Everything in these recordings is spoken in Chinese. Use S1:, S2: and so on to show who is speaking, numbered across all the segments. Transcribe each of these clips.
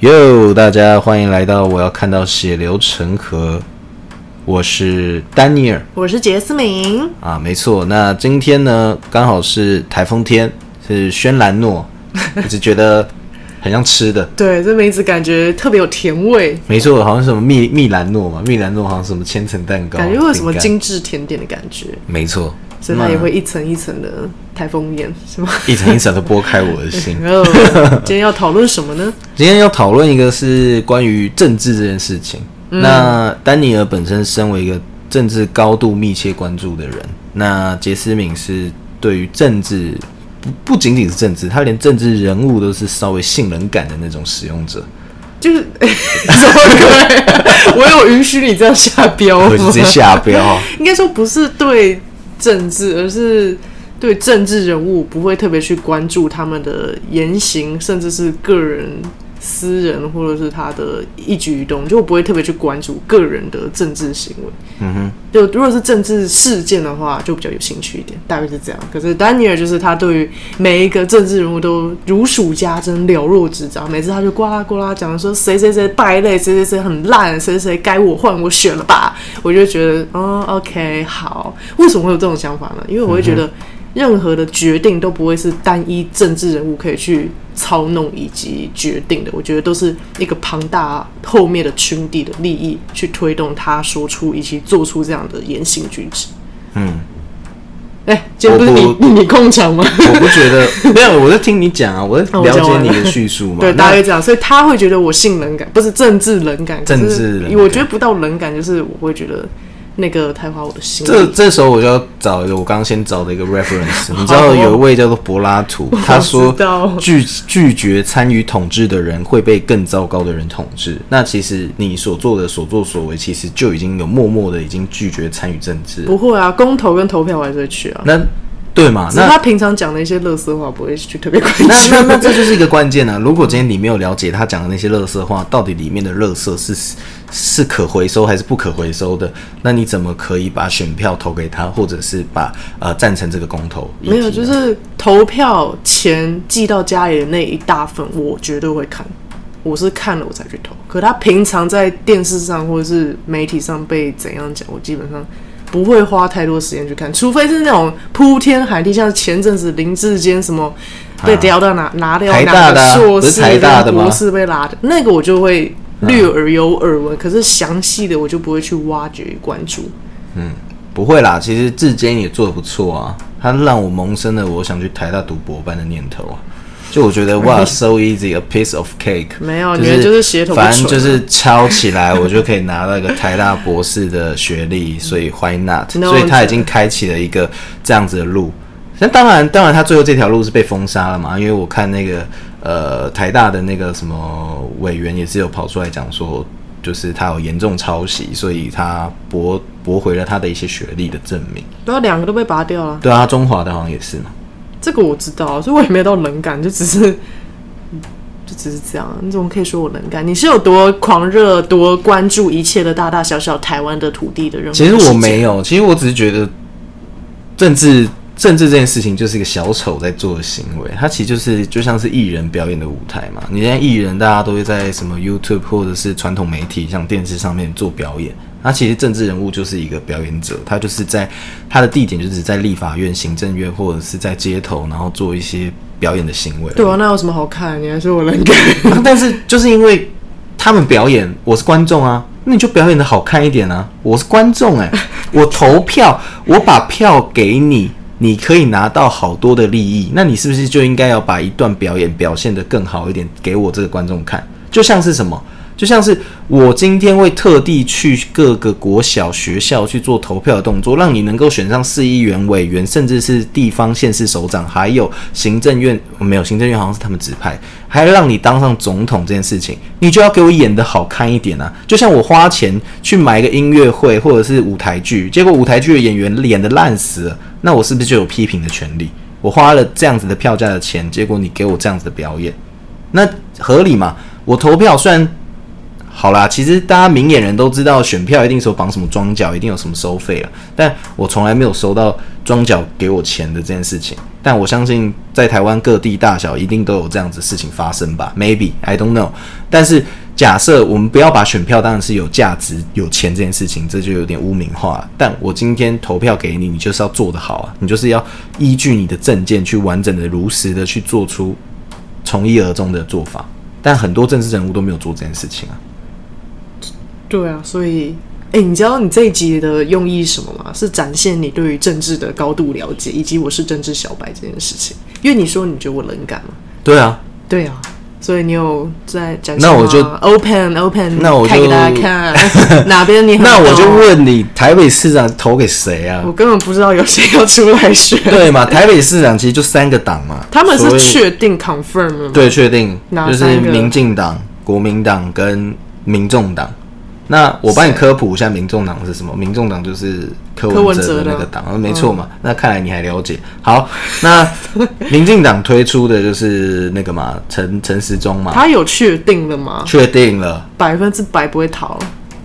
S1: 哟，大家欢迎来到我要看到血流成河，我是丹尼尔
S2: 我是杰斯明，
S1: 啊，没错。那今天呢，刚好是台风天，是轩兰诺， 一直觉得很像吃的，
S2: 对，这梅子感觉特别有甜味，
S1: 没错，好像是什么蜜蜜兰诺嘛，蜜兰诺好像什么千层蛋糕，
S2: 感觉会有什么
S1: 饼干
S2: 精致甜点的感觉，
S1: 没错，
S2: 所以它也会一层一层的台风眼，
S1: 嗯
S2: 是吗？
S1: 一层一层的拨开我的心。
S2: 然后今天要讨论什么呢？
S1: 今天要讨论一个是关于政治这件事情。那丹尼尔本身身为一个政治高度密切关注的人，那杰斯敏是对于政治不不仅仅是政治，他连政治人物都是稍微性冷感的那种使用者。
S2: 就是什么鬼？我有允许你这样下标
S1: 我
S2: 吗
S1: 就？直接下标，
S2: 应该说不是对政治，而是对政治人物不会特别去关注他们的言行，甚至是个人、私人或者是他的一举一动，就不会特别去关注个人的政治行为。
S1: 嗯哼，
S2: 就如果是政治事件的话，就比较有兴趣一点，大概是这样。可是丹尼尔就是他对于每一个政治人物都如数家珍、了若指掌，每次他就呱啦呱啦讲说谁谁谁败类，谁谁谁很烂，谁谁谁该我换我选了吧。我就觉得，哦，OK，好，为什么会有这种想法呢？因为我会觉得。任何的决定都不会是单一政治人物可以去操弄以及决定的，我觉得都是一个庞大后面的群体的利益去推动他说出以及做出这样的言行举止。
S1: 嗯，
S2: 哎，今天不是
S1: 我
S2: 你
S1: 不
S2: 你你控场吗？
S1: 我不觉得，没有，我在听你讲啊，我在
S2: 哦我
S1: 了
S2: 讲
S1: 解
S2: 完
S1: 你
S2: 了
S1: 的叙述 嘛。
S2: 对，
S1: 那
S2: 大概这样，所以他会觉得我性冷感，不是政治冷感，
S1: 政治
S2: 可是
S1: 冷感
S2: 我觉得不到冷感，就是我会觉得那个太花我的心
S1: 这
S2: 力。
S1: 这时候我就要找一个我刚刚先找的一个 reference，你知
S2: 好
S1: 道
S2: 哦
S1: 有一位叫做柏拉图，他说
S2: 知道
S1: 拒拒绝参与统治的人会被更糟糕的人统治。那其实你所做的所作所为，其实就已经有默默的已经拒绝参与政治。
S2: 不会啊，公投跟投票我还是会去啊。
S1: 那对嘛？
S2: 只是
S1: 那
S2: 他平常讲的一些乐色话，不会去特别关注。
S1: 那那那这就是一个关键啊！如果今天你没有了解他讲的那些垃圾话，到底里面的垃圾是是可回收还是不可回收的，那你怎么可以把选票投给他，或者是把呃赞成这个公投议题呢？
S2: 没有，就是投票前寄到家里的那一大份，我绝对会看。我是看了我才去投，可他平常在电视上或者是媒体上被怎样讲，我基本上不会花太多时间去看，除非是那种铺天海地，像前阵子林志坚 什么被聊到哪拿掉
S1: 啊台大
S2: 哪
S1: 的啊
S2: 个硕
S1: 不是
S2: 士
S1: 台大的
S2: 跟
S1: 吗
S2: 博士被拉的，那个我就会略而有耳闻，可是详细的我就不会去挖掘与关注。
S1: 不会啦，其实志坚也做的不错啊，他让我萌生了我想去台大读博班的念头啊。就我觉得哇，so easy a piece of cake，
S2: 没有哦你们就是血统不啊
S1: 反正
S2: 纯
S1: 就是抄起来，我就可以拿到一个台大博士的学历， 所以 why not？
S2: No
S1: 所以他已经开启了一个这样子的路。那当然，当然，他最后这条路是被封杀了嘛？因为我看那个呃台大的那个什么委员也是有跑出来讲说，就是他有严重抄袭，所以他驳驳回了他的一些学历的证明。
S2: 然后两个都被拔掉了。
S1: 对啊，中华的好像也是嘛。
S2: 这个我知道，所以我也没有到冷感，就只是，嗯就只是这样。你怎么可以说我冷感？你是有多狂热、多关注一切的大大小小台湾的土地的人？
S1: 其实我没，有，其实我只是觉得政治政治这件事情就是一个小丑在做的行为，它其实就是就像是艺人表演的舞台嘛。你现在艺人大家都会在什么 YouTube 或者是传统媒体像电视上面做表演，那其实政治人物就是一个表演者，他就是在他的地点就是在立法院、行政院或者是在街头，然后做一些表演的行为。
S2: 对啊，那有什么好看？你还说我冷感？
S1: 但是就是因为他们表演，我是观众啊，那你就表演的好看一点啊。我是观众哎、我投票，我把票给你，你可以拿到好多的利益，那你是不是就应该要把一段表演表现得更好一点，给我这个观众看？就像是什么？就像是我今天会特地去各个国小学校去做投票的动作，让你能够选上市议员、委员，甚至是地方县市首长，还有行政院没有行政院好像是他们指派，还让你当上总统这件事情，你就要给我演的好看一点啊！就像我花钱去买一个音乐会或者是舞台剧，结果舞台剧的演员演的烂死了，那我是不是就有批评的权利？我花了这样子的票价的钱，结果你给我这样子的表演，那合理嘛？我投票虽然好啦，其实大家明眼人都知道，选票一定是有绑什么庄脚，一定有什么收费了。但我从来没有收到庄脚给我钱的这件事情。但我相信在台湾各地大小一定都有这样子事情发生吧？Maybe I don't know。但是假设我们不要把选票当然是有价值、有钱这件事情，这就有点污名化了。但我今天投票给你，你就是要做得好啊，你就是要依据你的证件去完整的、如实的去做出从一而终的做法。但很多政治人物都没有做这件事情啊。
S2: 对啊，所以，哎、你知道你这一集的用意是什么吗？是展现你对于政治的高度了解，以及我是政治小白这件事情。因为你说你觉得我冷感嘛，
S1: 对啊，
S2: 对啊，所以你有在展示
S1: 那我
S2: 吗
S1: 就
S2: open open，
S1: 那我就
S2: 开给大 家看哪边哎你很啊
S1: 那我就
S2: 懂，
S1: 问你，台北市长投给谁啊
S2: 我？根本不知道有谁要出来选，
S1: 对嘛？台北市长其实就三个党嘛，
S2: 他们
S1: 所以
S2: 是确定 confirm 了吗？
S1: 对，确定
S2: 哪
S1: 就是
S2: 三个
S1: 民进党、国民党跟民众党。那我帮你科普一下，民众党是什么？民众党就是柯
S2: 柯
S1: 文
S2: 文
S1: 哲
S2: 哲
S1: 的那
S2: 的嗯
S1: 个党，呃没错嘛。那看来你还了解。好，那 民进党推出的就是那个嘛，陈陈时中嘛，
S2: 他有确定了吗？
S1: 确定了。
S2: 百分之百不会逃，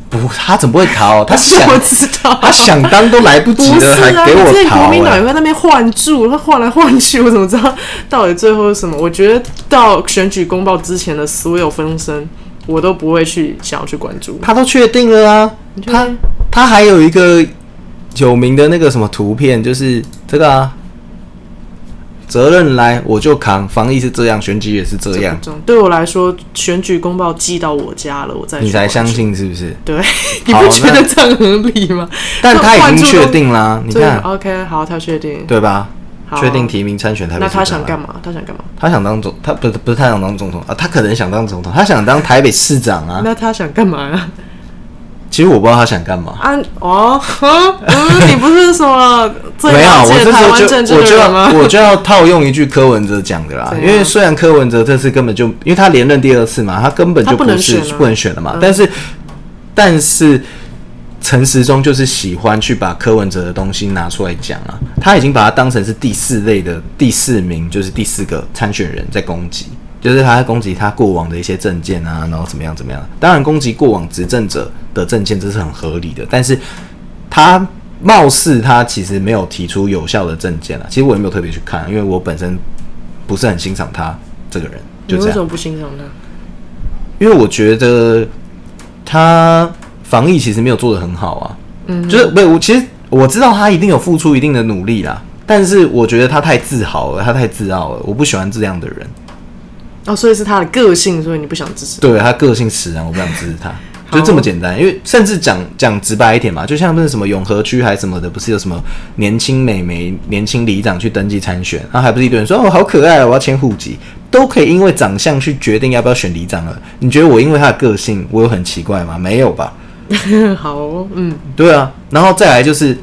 S1: 不，他怎么会逃？他想
S2: 我知道。
S1: 啊他想当都来不及
S2: 不是
S1: 了，还
S2: 啊，
S1: 给
S2: 你之
S1: 我
S2: 前
S1: 逃、
S2: 国民党也
S1: 欸
S2: 会在那边换注，他换来换去，我怎么知道到底最后是什么？我觉得到选举公报之前的所有风声，我都不会去想要去关注。
S1: 他都确定了啊，
S2: 确
S1: 他
S2: 定
S1: 他还有一个有名的那个什么图片，就是这个啊，责任来我就扛，防疫是这样，选举也是这样，
S2: 对我来说，选举公报寄到我家了，我再去
S1: 你才
S2: 关注
S1: 相。信是不是？
S2: 对， 你不觉得这很合理吗？
S1: 但他已
S2: 换
S1: 经
S2: 注都
S1: 确，定啦、啊你
S2: 对
S1: 看
S2: OK，好，他确定，
S1: 对吧？
S2: 好
S1: 确定提名参选台北
S2: 那
S1: 市长啊、
S2: 他想干嘛？他想干嘛？
S1: 他想当总，他不是不是他想当总统啊，他可能想当总统，他想当台北市长啊。
S2: 那他想干嘛呀？
S1: 其实我不知道他想干嘛。
S2: 啊哦，哼嗯， 你不是什么最
S1: 没有，
S2: 了
S1: 我
S2: 解
S1: 这
S2: 台湾政
S1: 时候就我
S2: 治的
S1: 就
S2: 人吗
S1: 要？我就要套用一句柯文哲讲的啦，
S2: 怎
S1: 因
S2: 样
S1: 为虽然柯文哲这次根本就，因为他连任第二次嘛，他根本就
S2: 他不能
S1: 是
S2: 选啊
S1: 不能选了嘛，但是但是陈时中就是喜欢去把柯文哲的东西拿出来讲啊，他已经把他当成是第四类的第四名，就是第四个参选人在攻击。就是他在攻击他过往的一些政见啊，然后怎么样怎么样。当然，攻击过往执政者的政见这是很合理的，但是他貌似他其实没有提出有效的证件啊，其实我也没有特别去看，因为我本身不是很欣赏他这个人，
S2: 你
S1: 就这
S2: 为什
S1: 样。
S2: 么不欣赏他？
S1: 因为我觉得他防疫其实没有做得很好啊，嗯，就是不是我其实我知道他一定有付出一定的努力啦，但是我觉得他太自豪了，他太自傲了，我不喜欢这样的人。
S2: 哦，所以是他的个性，所以你不想支持。
S1: 对他个性使然，我不想支持他，就这么简单。因为甚至讲讲直白一点嘛，就像那个什么永和区还是什么的，不是有什么年轻美眉、年轻里长去登记参选，然后还不是一堆人说哦好可爱，哦，我要迁户籍，都可以因为长相去决定要不要选里长了。你觉得我因为他的个性，我有很奇怪吗？没有吧？
S2: 好哦，嗯，
S1: 对啊，然后再来就是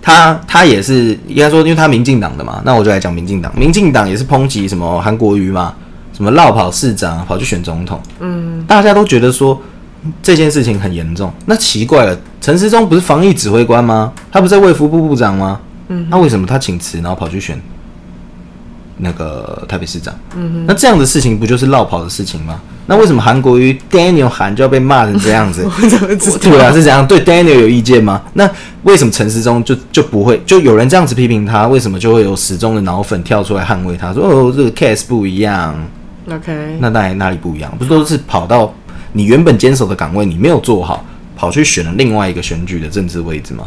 S1: 他，他也是应该说，因为他民进党的嘛，那我就来讲民进党。民进党也是抨击什么韩国瑜嘛，什么绕跑市长啊跑去选总统， 嗯，大家都觉得说嗯这件事情很严重。那奇怪了，陈时中不是防疫指挥官吗？他不是在卫福部部长吗？嗯，那为什么他请辞，然后跑去选那个台北市长？嗯，那这样的事情不就是绕跑的事情吗？那为什么韩国瑜 Daniel 韩就要被骂成这样子？
S2: 我怎么知道？
S1: 对啊，是怎样？对 Daniel 有意见吗？那为什么陈时中就就不会？就有人这样子批评他，为什么就会有时钟的脑粉跳出来捍卫他，说哦，这个 case 不一样。
S2: OK，
S1: 那哪里哪里不一样？不是都是跑到你原本坚守的岗位，你没有做好，跑去选了另外一个选举的政治位置吗？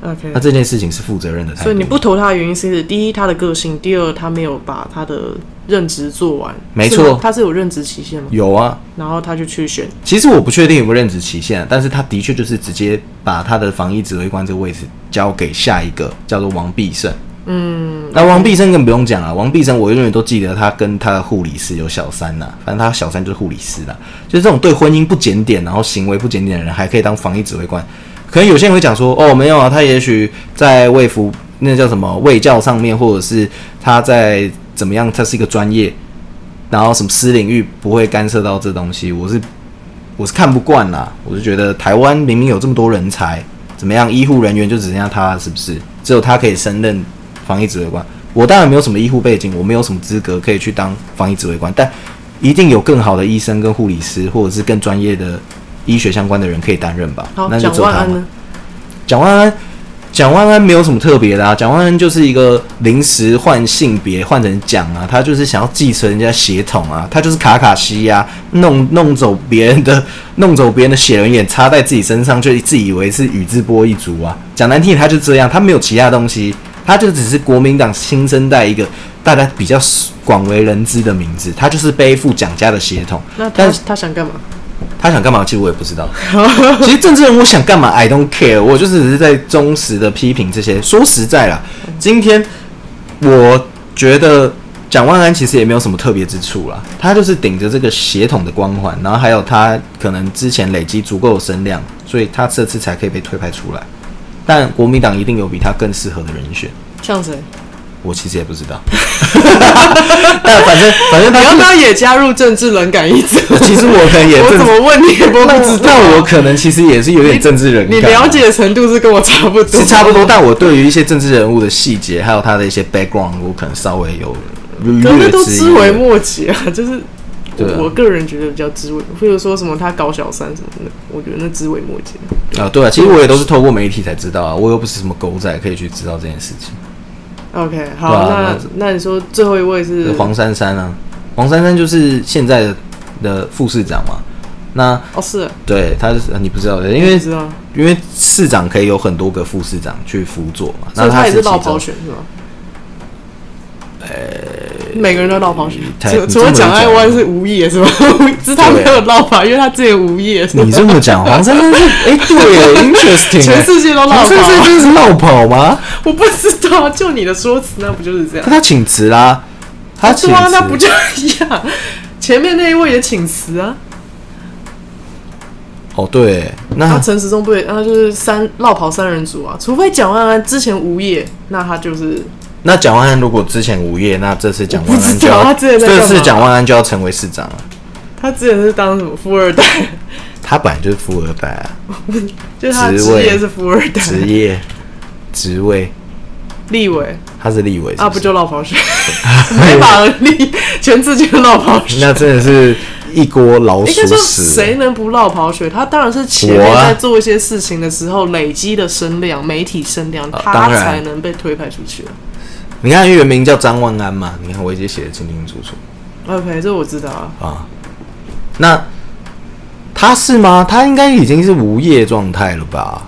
S1: 那
S2: OK。
S1: 这件事情是负责任的态
S2: 所以你
S1: 度。
S2: 不投他的原因是：第一，他的个性；第二，他没有把他的任职做完。
S1: 没
S2: 是
S1: 错
S2: 吗他是有任职期限吗？
S1: 有啊，
S2: 然后他就去选。
S1: 其实我不确定有没有任职期限、但是他的确就是直接把他的防疫指挥官这个位置交给下一个叫做王必胜。嗯，那王必胜更不用讲了，王必胜我永远都记得他跟他的护理师有小三呐、反正他小三就是护理师啦，就是这种对婚姻不检点，然后行为不检点的人，还可以当防疫指挥官。可能有些人会讲说，哦，没有啊，他也许在卫服那叫什么卫教上面，或者是他在怎么样，他是一个专业，然后什么私领域不会干涉到这东西，我是我是看不惯啦，我就觉得台湾明明有这么多人才，怎么样医护人员就只剩下他，是不是？只有他可以升任防疫指挥官。我当然没有什么医护背景，我没有什么资格可以去当防疫指挥官，但一定有更好的医生跟护理师，或者是更专业的医学相关的人可以担任吧
S2: 好，。
S1: 那就
S2: 蒋
S1: 只有
S2: 万
S1: 他
S2: 安
S1: 嘛。
S2: 呢？
S1: 蒋万安蒋万安没有什么特别的啊，蒋万安就是一个临时换性别换成蒋啊，他就是想要继承人家血统啊，他就是卡卡西呀、啊，弄弄走别人的 弄走别人的血人眼插在自己身上，就自以为是宇智波一族啊。讲难听点，他就这样，他没有其他东西，他就只是国民党新生代一个大家比较广为人知的名字，他就是背负蒋家的血统。
S2: 那他
S1: 但是
S2: 他想干嘛？
S1: 他想干嘛，其实我也不知道。 其实政治人物想干嘛，I don't care。我就是只是在忠实的批评这些。说实在啦，今天我觉得蒋万安其实也没有什么特别之处啦，他就是顶着这个血统的光环，然后还有他可能之前累积足够的声量，所以他这次才可以被推派出来。但国民党一定有比他更适合的人选，
S2: 像谁？
S1: 我其实也不知道。 但反正反正他
S2: 你要
S1: 是
S2: 不要也加入政治冷感一族？
S1: 其实我可能也
S2: 我
S1: 政
S2: 怎么问你也不
S1: 那
S2: 知
S1: 我
S2: 道。
S1: 那我可能其实也是有点政治人
S2: 你
S1: 感啊
S2: 了解的程度是跟我差不多，
S1: 是差不多，。但我对于一些政治人物的细节，还有他的一些 background，我可能稍微有
S2: 可
S1: 略
S2: 是都
S1: 知
S2: 知
S1: 一
S2: 微
S1: 二。
S2: 末节啊，就是
S1: 对啊
S2: 我个人觉得比较知微，或者说什么他搞小三什么的，我觉得那知微末节。
S1: 啊，对啊，其实我也都是透过媒体才知道啊，我又不是什么狗仔可以去知道这件事情。
S2: OK，好，
S1: 对啊
S2: 那那你说最后一位是
S1: 黄珊珊啊，黄珊珊就是现在的的副市长嘛。那
S2: 哦是，
S1: 对，他是你不知道的，因
S2: 我
S1: 为
S2: 知道，
S1: 因为市长可以有很多个副市长去辅佐嘛。那
S2: 所以他也
S1: 是
S2: 是
S1: 其
S2: 绕跑
S1: 中
S2: 选是吗？每个人都绕跑选
S1: 他，
S2: 除
S1: 你
S2: 除
S1: 这
S2: 了
S1: 么
S2: 蒋爱
S1: 讲啊
S2: 湾是无业是吧？ 是他没有绕跑，因为他之前无业是吧
S1: 你？这么讲，黄珊珊是哎、对 耶，interesting，
S2: 全
S1: 耶
S2: 世界都啊绕
S1: 黄珊珊
S2: 跑，
S1: 就是绕跑吗？
S2: 我不知道，就你的说辞，那不就是这样
S1: 可？他请辞啦，他请
S2: 对
S1: 辞，
S2: 啊，那不就一样？前面那一位也请辞啊，
S1: 哦对，
S2: 那
S1: 那
S2: 陈时中不也，他就是三绕跑三人组啊，除非蒋万安之前无业，那他就是
S1: 那蒋万安如果之前无业，那这次蒋万
S2: 我不
S1: 安
S2: 知
S1: 就
S2: 道
S1: 要
S2: 他之前在干
S1: 这
S2: 嘛
S1: 次蒋万安就要成为市长了，
S2: 他之前是当什么富二代，
S1: 他本来就是富二代啊，
S2: 就是他
S1: 职
S2: 职
S1: 位
S2: 业是富二代，
S1: 职业、职位，
S2: 立委
S1: 他是立委是
S2: 啊，
S1: 不
S2: 不
S1: 是
S2: 就绕跑 水，没法而立，全世界绕跑水。
S1: 那真的是一锅老
S2: 应该
S1: 鼠
S2: 说，
S1: 屎。
S2: 谁能不绕跑水？他当然是前面
S1: 我啊
S2: 在做一些事情的时候累积的声量、媒体声量，
S1: 啊当
S2: 他
S1: 然
S2: 才能被推派出去啊。
S1: 你看原名叫张万安嘛，你看我已经写的清清楚楚。
S2: OK，这我知道啊。
S1: 啊。那他是吗？他应该已经是无业状态了吧？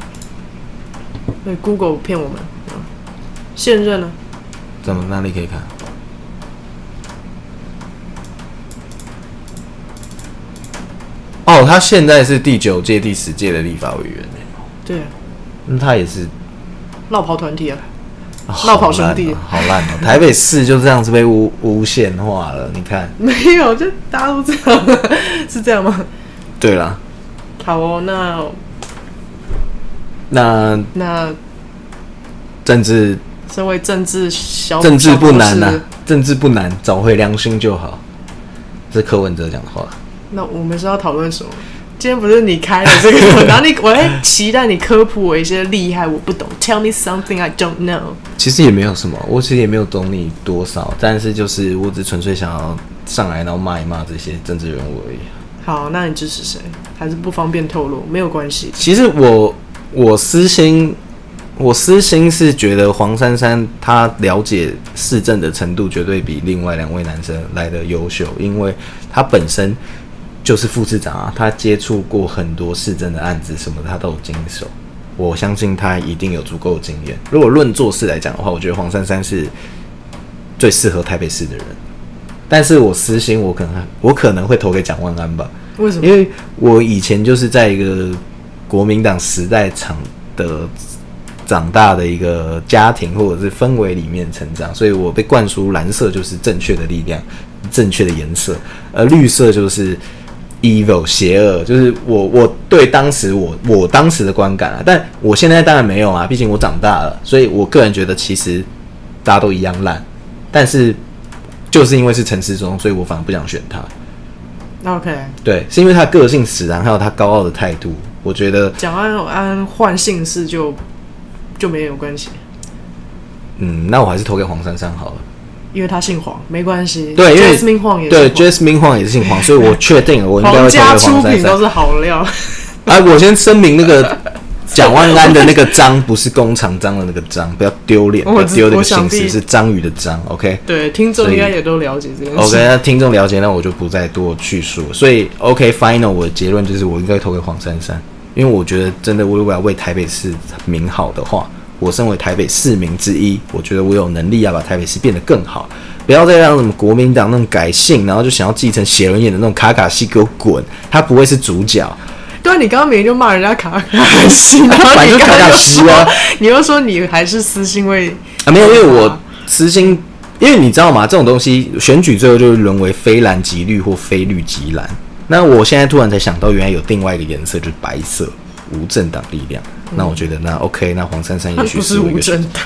S2: 对，Google 骗我们。嗯现任呢？
S1: 怎么哪里可以看？哦，他现在是第九届、第十届的立法委员耶
S2: 对啊，
S1: 那他也是
S2: 绕跑团体啊。
S1: 啊好
S2: 闹跑兄
S1: 烂
S2: 弟
S1: 哦好烂哦！台北市就这样子被诬诬陷化了。你看，
S2: 没有，就大家都这样， 是这样吗？
S1: 对啦，
S2: 好哦，那
S1: 那
S2: 那
S1: 政治
S2: 身为政治小
S1: 政治不难啊呐、
S2: 小博士
S1: 政治不难，找回良心就好。这是柯文哲讲的话。
S2: 那我们是要讨论什么？今天不是你开了这个， 然后你我在期待你科普我一些厉害我不懂，Tell me something I don't know。
S1: 其实也没有什么，我其实也没有懂你多少，但是就是我只纯粹想要上来然后骂一骂这些政治人物而已。
S2: 好，那你支持谁？还是不方便透露，没有关系。
S1: 其实我我私心，我私心是觉得黄珊珊她了解市政的程度绝对比另外两位男生来的优秀，因为她本身就是副市长啊，她接触过很多市政的案子，什么她都有经手。我相信她一定有足够的经验。如果论做事来讲的话，我觉得黄珊珊是最适合台北市的人。但是我私心，我可能我可能会投给蒋万安吧。
S2: 为什么？
S1: 因为我以前就是在一个国民党时代长的长大的一个家庭或者是氛围里面成长，所以我被灌输蓝色就是正确的力量，正确的颜色，而绿色就是 evil 邪恶，就是我我对当时我我当时的观感啊，但我现在当然没有啊，毕竟我长大了，所以我个人觉得其实大家都一样烂，但是就是因为是陈世忠，所以我反而不想选他。
S2: OK，
S1: 对，是因为他个性使然，还有他高傲的态度，我觉得，
S2: 蒋安安换姓氏就就没有关系，
S1: 嗯，那我还是投给黄珊珊好了。
S2: 因为他姓黄，没关系。
S1: 对，因为
S2: Jasmine 黄也
S1: 对
S2: 是
S1: Jasmine 黄也是姓黄，所以我确定了，我应该
S2: 黄
S1: 会投给
S2: 家
S1: 黄
S2: 出
S1: 珊啊
S2: 品都
S1: 珊。
S2: 是好料。
S1: 哎、我先声明那个蒋万安的那个章不是工厂章的那个章，不要丢脸，不
S2: 我
S1: 要
S2: 知
S1: 丢那
S2: 我
S1: 个
S2: 想
S1: 姓氏，
S2: 必
S1: 是章鱼的章。OK，
S2: 对，听众
S1: 所以
S2: 应该也都了解这件事。
S1: OK，那听众了解，那我就不再多叙述。所以 OK，final，我的结论就是我应该投给黄珊珊，因为我觉得真的，我如果要为台北市民好的话，我身为台北市民之一，我觉得我有能力啊要把台北市变得更好，不要再让什么国民党那种改姓，然后就想要继承写轮眼的那种卡卡西给我滚，他不会是主角。
S2: 对啊，你刚刚明明就骂人家卡卡西，然后
S1: 反
S2: 你
S1: 正
S2: 刚
S1: 卡
S2: 刚
S1: 卡
S2: 又
S1: 西
S2: 说，
S1: 啊
S2: 你又说你还是私信为
S1: 啊，
S2: 哦
S1: 没有，因为我私心，因为你知道吗？这种东西选举最后就会沦为非蓝即绿或非绿即蓝。那我现在突然才想到，原来有另外一个颜色就是白色，无政党力量。那我觉得那 OK，那黄珊珊
S2: 他
S1: 也许
S2: 嗯 不是
S1: 我一
S2: 无
S1: 个
S2: 政 党，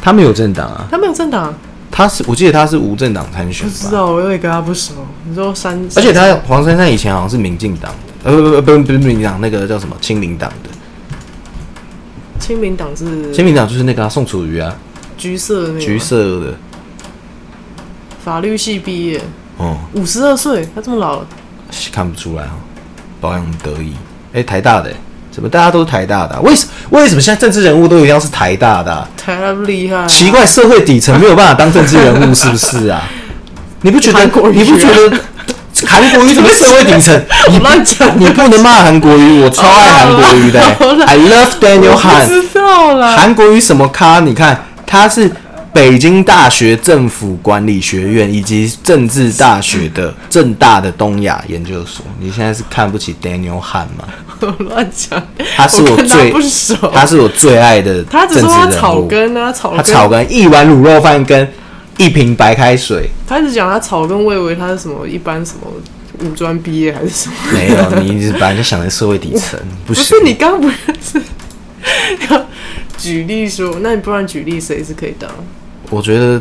S1: 他没有政党啊，
S2: 他没有政党，
S1: 他是我记得他是无政党参选
S2: 不知
S1: 吧，
S2: 道，我有点跟他不熟。你说三，
S1: 而且他黄珊珊以前好像是民进党，呃不不不不不是民进党，那个叫什么亲民党的，
S2: 亲民党是
S1: 亲民党就是那个、啊、宋楚瑜啊，
S2: 橘色的那个吗
S1: 橘色的，
S2: 法律系毕业，
S1: 哦、
S2: 五十二岁，他这么老了，
S1: 看不出来哦，保养得意。哎、台大的、怎么大家都是台大的啊、为什为什么现在政治人物都一定要是台大的啊、
S2: 台大厉害啊、
S1: 奇怪，社会底层没有办法当政治人物，是不是 啊？你不觉得？
S2: 韩国瑜啊
S1: 你不觉得？韩国瑜怎么社会顶层？你
S2: 我乱讲
S1: 你不能骂韩国瑜，我超爱韩国瑜的、
S2: 好啦
S1: I love
S2: 我
S1: Daniel
S2: 不
S1: Han。
S2: 知道啦。
S1: 韩国瑜什么咖？你看，他是北京大学政府管理学院以及政治大学的政大的东亚研究所。你现在是看不起 Daniel 汉吗？
S2: 我乱讲，
S1: 他是
S2: 我跟他
S1: 最
S2: 不熟，
S1: 他是我最爱的
S2: 他
S1: 政
S2: 只
S1: 治
S2: 说他
S1: 人
S2: 草
S1: 物。
S2: 根啊，草
S1: 他
S2: 根，
S1: 炒跟一碗卤肉饭跟一瓶白开水。
S2: 他一直讲他草根，我以为他是什么一般什么五专毕业还是什么，
S1: 没有，你一直把人家想成社会底层，不
S2: 不
S1: 行。
S2: 是你刚刚不是举例说，那你不然举例谁是可以当？
S1: 我觉得，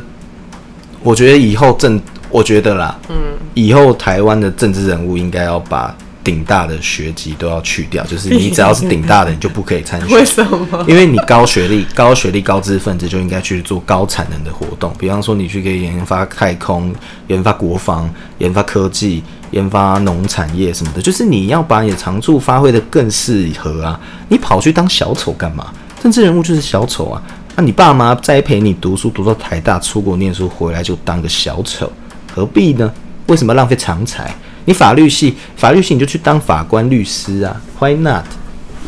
S1: 我觉得以后政，我觉得啦，嗯，以后台湾的政治人物应该要把顶大的学籍都要去掉，就是你只要是顶大的，你就不可以参选
S2: 为。什么？
S1: 因为你高学历、高学历、高知识分子就应该去做高产能的活动，比方说你去可以研发太空、研发国防、研发科技、研发农产业什么的，就是你要把你的长处发挥的更适合啊！你跑去当小丑干嘛？政治人物就是小丑啊！那、你爸妈栽培你读书，读到台大出国念书回来就当个小丑，何必呢？为什么浪费长才？你法律系，法律系你就去当法官、律师啊，Why not？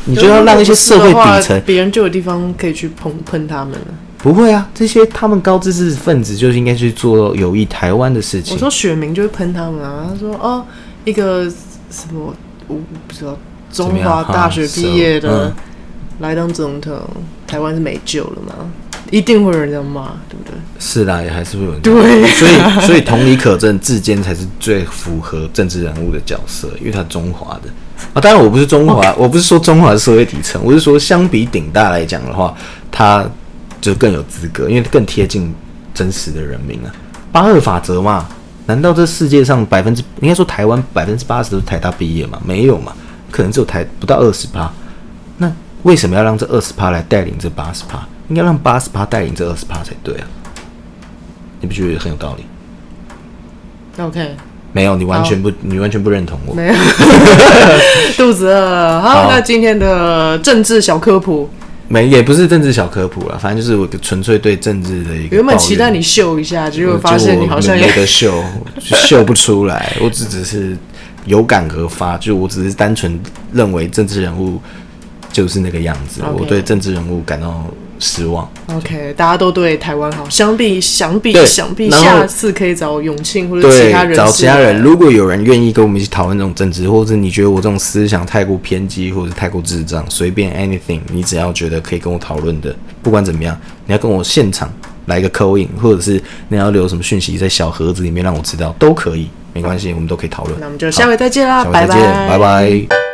S1: 你就要让一些社会底层
S2: 别人就有地方可以去捧喷他们了。
S1: 不会啊，这些他们高知识分子就是应该去做有益台湾的事
S2: 我
S1: 情。
S2: 说选民就会喷他们啊，他说哦，一个什么我不知道，
S1: 么
S2: 中
S1: 样
S2: 华大
S1: 哈
S2: 学
S1: 是
S2: 毕业的、
S1: 嗯
S2: 来当总统，台湾是没救了吗？一定会有人这样骂，对不对？
S1: 是啦，也还是会有人
S2: 对
S1: 所以所以同理可证，志坚才是最符合政治人物的角色，因为他中华的啊。当然，我不是中华，我不是说中华的社会底层，我是说相比顶大来讲的话，他就更有资格，因为更贴近真实的人民啊。八二法则嘛，难道这世界上百分之应该说台湾百分之八十都是台大毕业吗？没有嘛，可能只有台不到二十八。那为什么要让这二十趴来带领这八十趴？应该让八十趴带领这二十趴才对啊！你不觉得很有道理？
S2: OK，
S1: 没有，你完全不，你完全不认同我。
S2: 哦没有，肚子饿。好，
S1: 好
S2: 那今天的政治小科普，
S1: 没，也不是政治小科普啦，反正就是我纯粹对政治的一个。
S2: 原本期待你，秀一下，结果发现你好像
S1: 没
S2: 也
S1: 得秀，就秀不出来。我只只是有感而发，就我只是单纯认为政治人物就是那个样子。
S2: OK
S1: 我对政治人物感到失望。
S2: OK，大家都对台湾好，相比相比
S1: 对
S2: 想必
S1: 然后
S2: 下次可以找永庆或者
S1: 对，
S2: 其他人
S1: 找
S2: 士
S1: 其他
S2: 来
S1: 人。如果有人愿意跟我们一起讨论这种政治，或者你觉得我这种思想太过偏激，或者太过智障，随便 anything，你只要觉得可以跟我讨论的，不管怎么样，你要跟我现场来个扣印，或者是你要留什么讯息在小盒子里面让我知道，都可以，没关系，我们都可以讨论
S2: 那。我们就下回再见啦，
S1: 下回再见，拜拜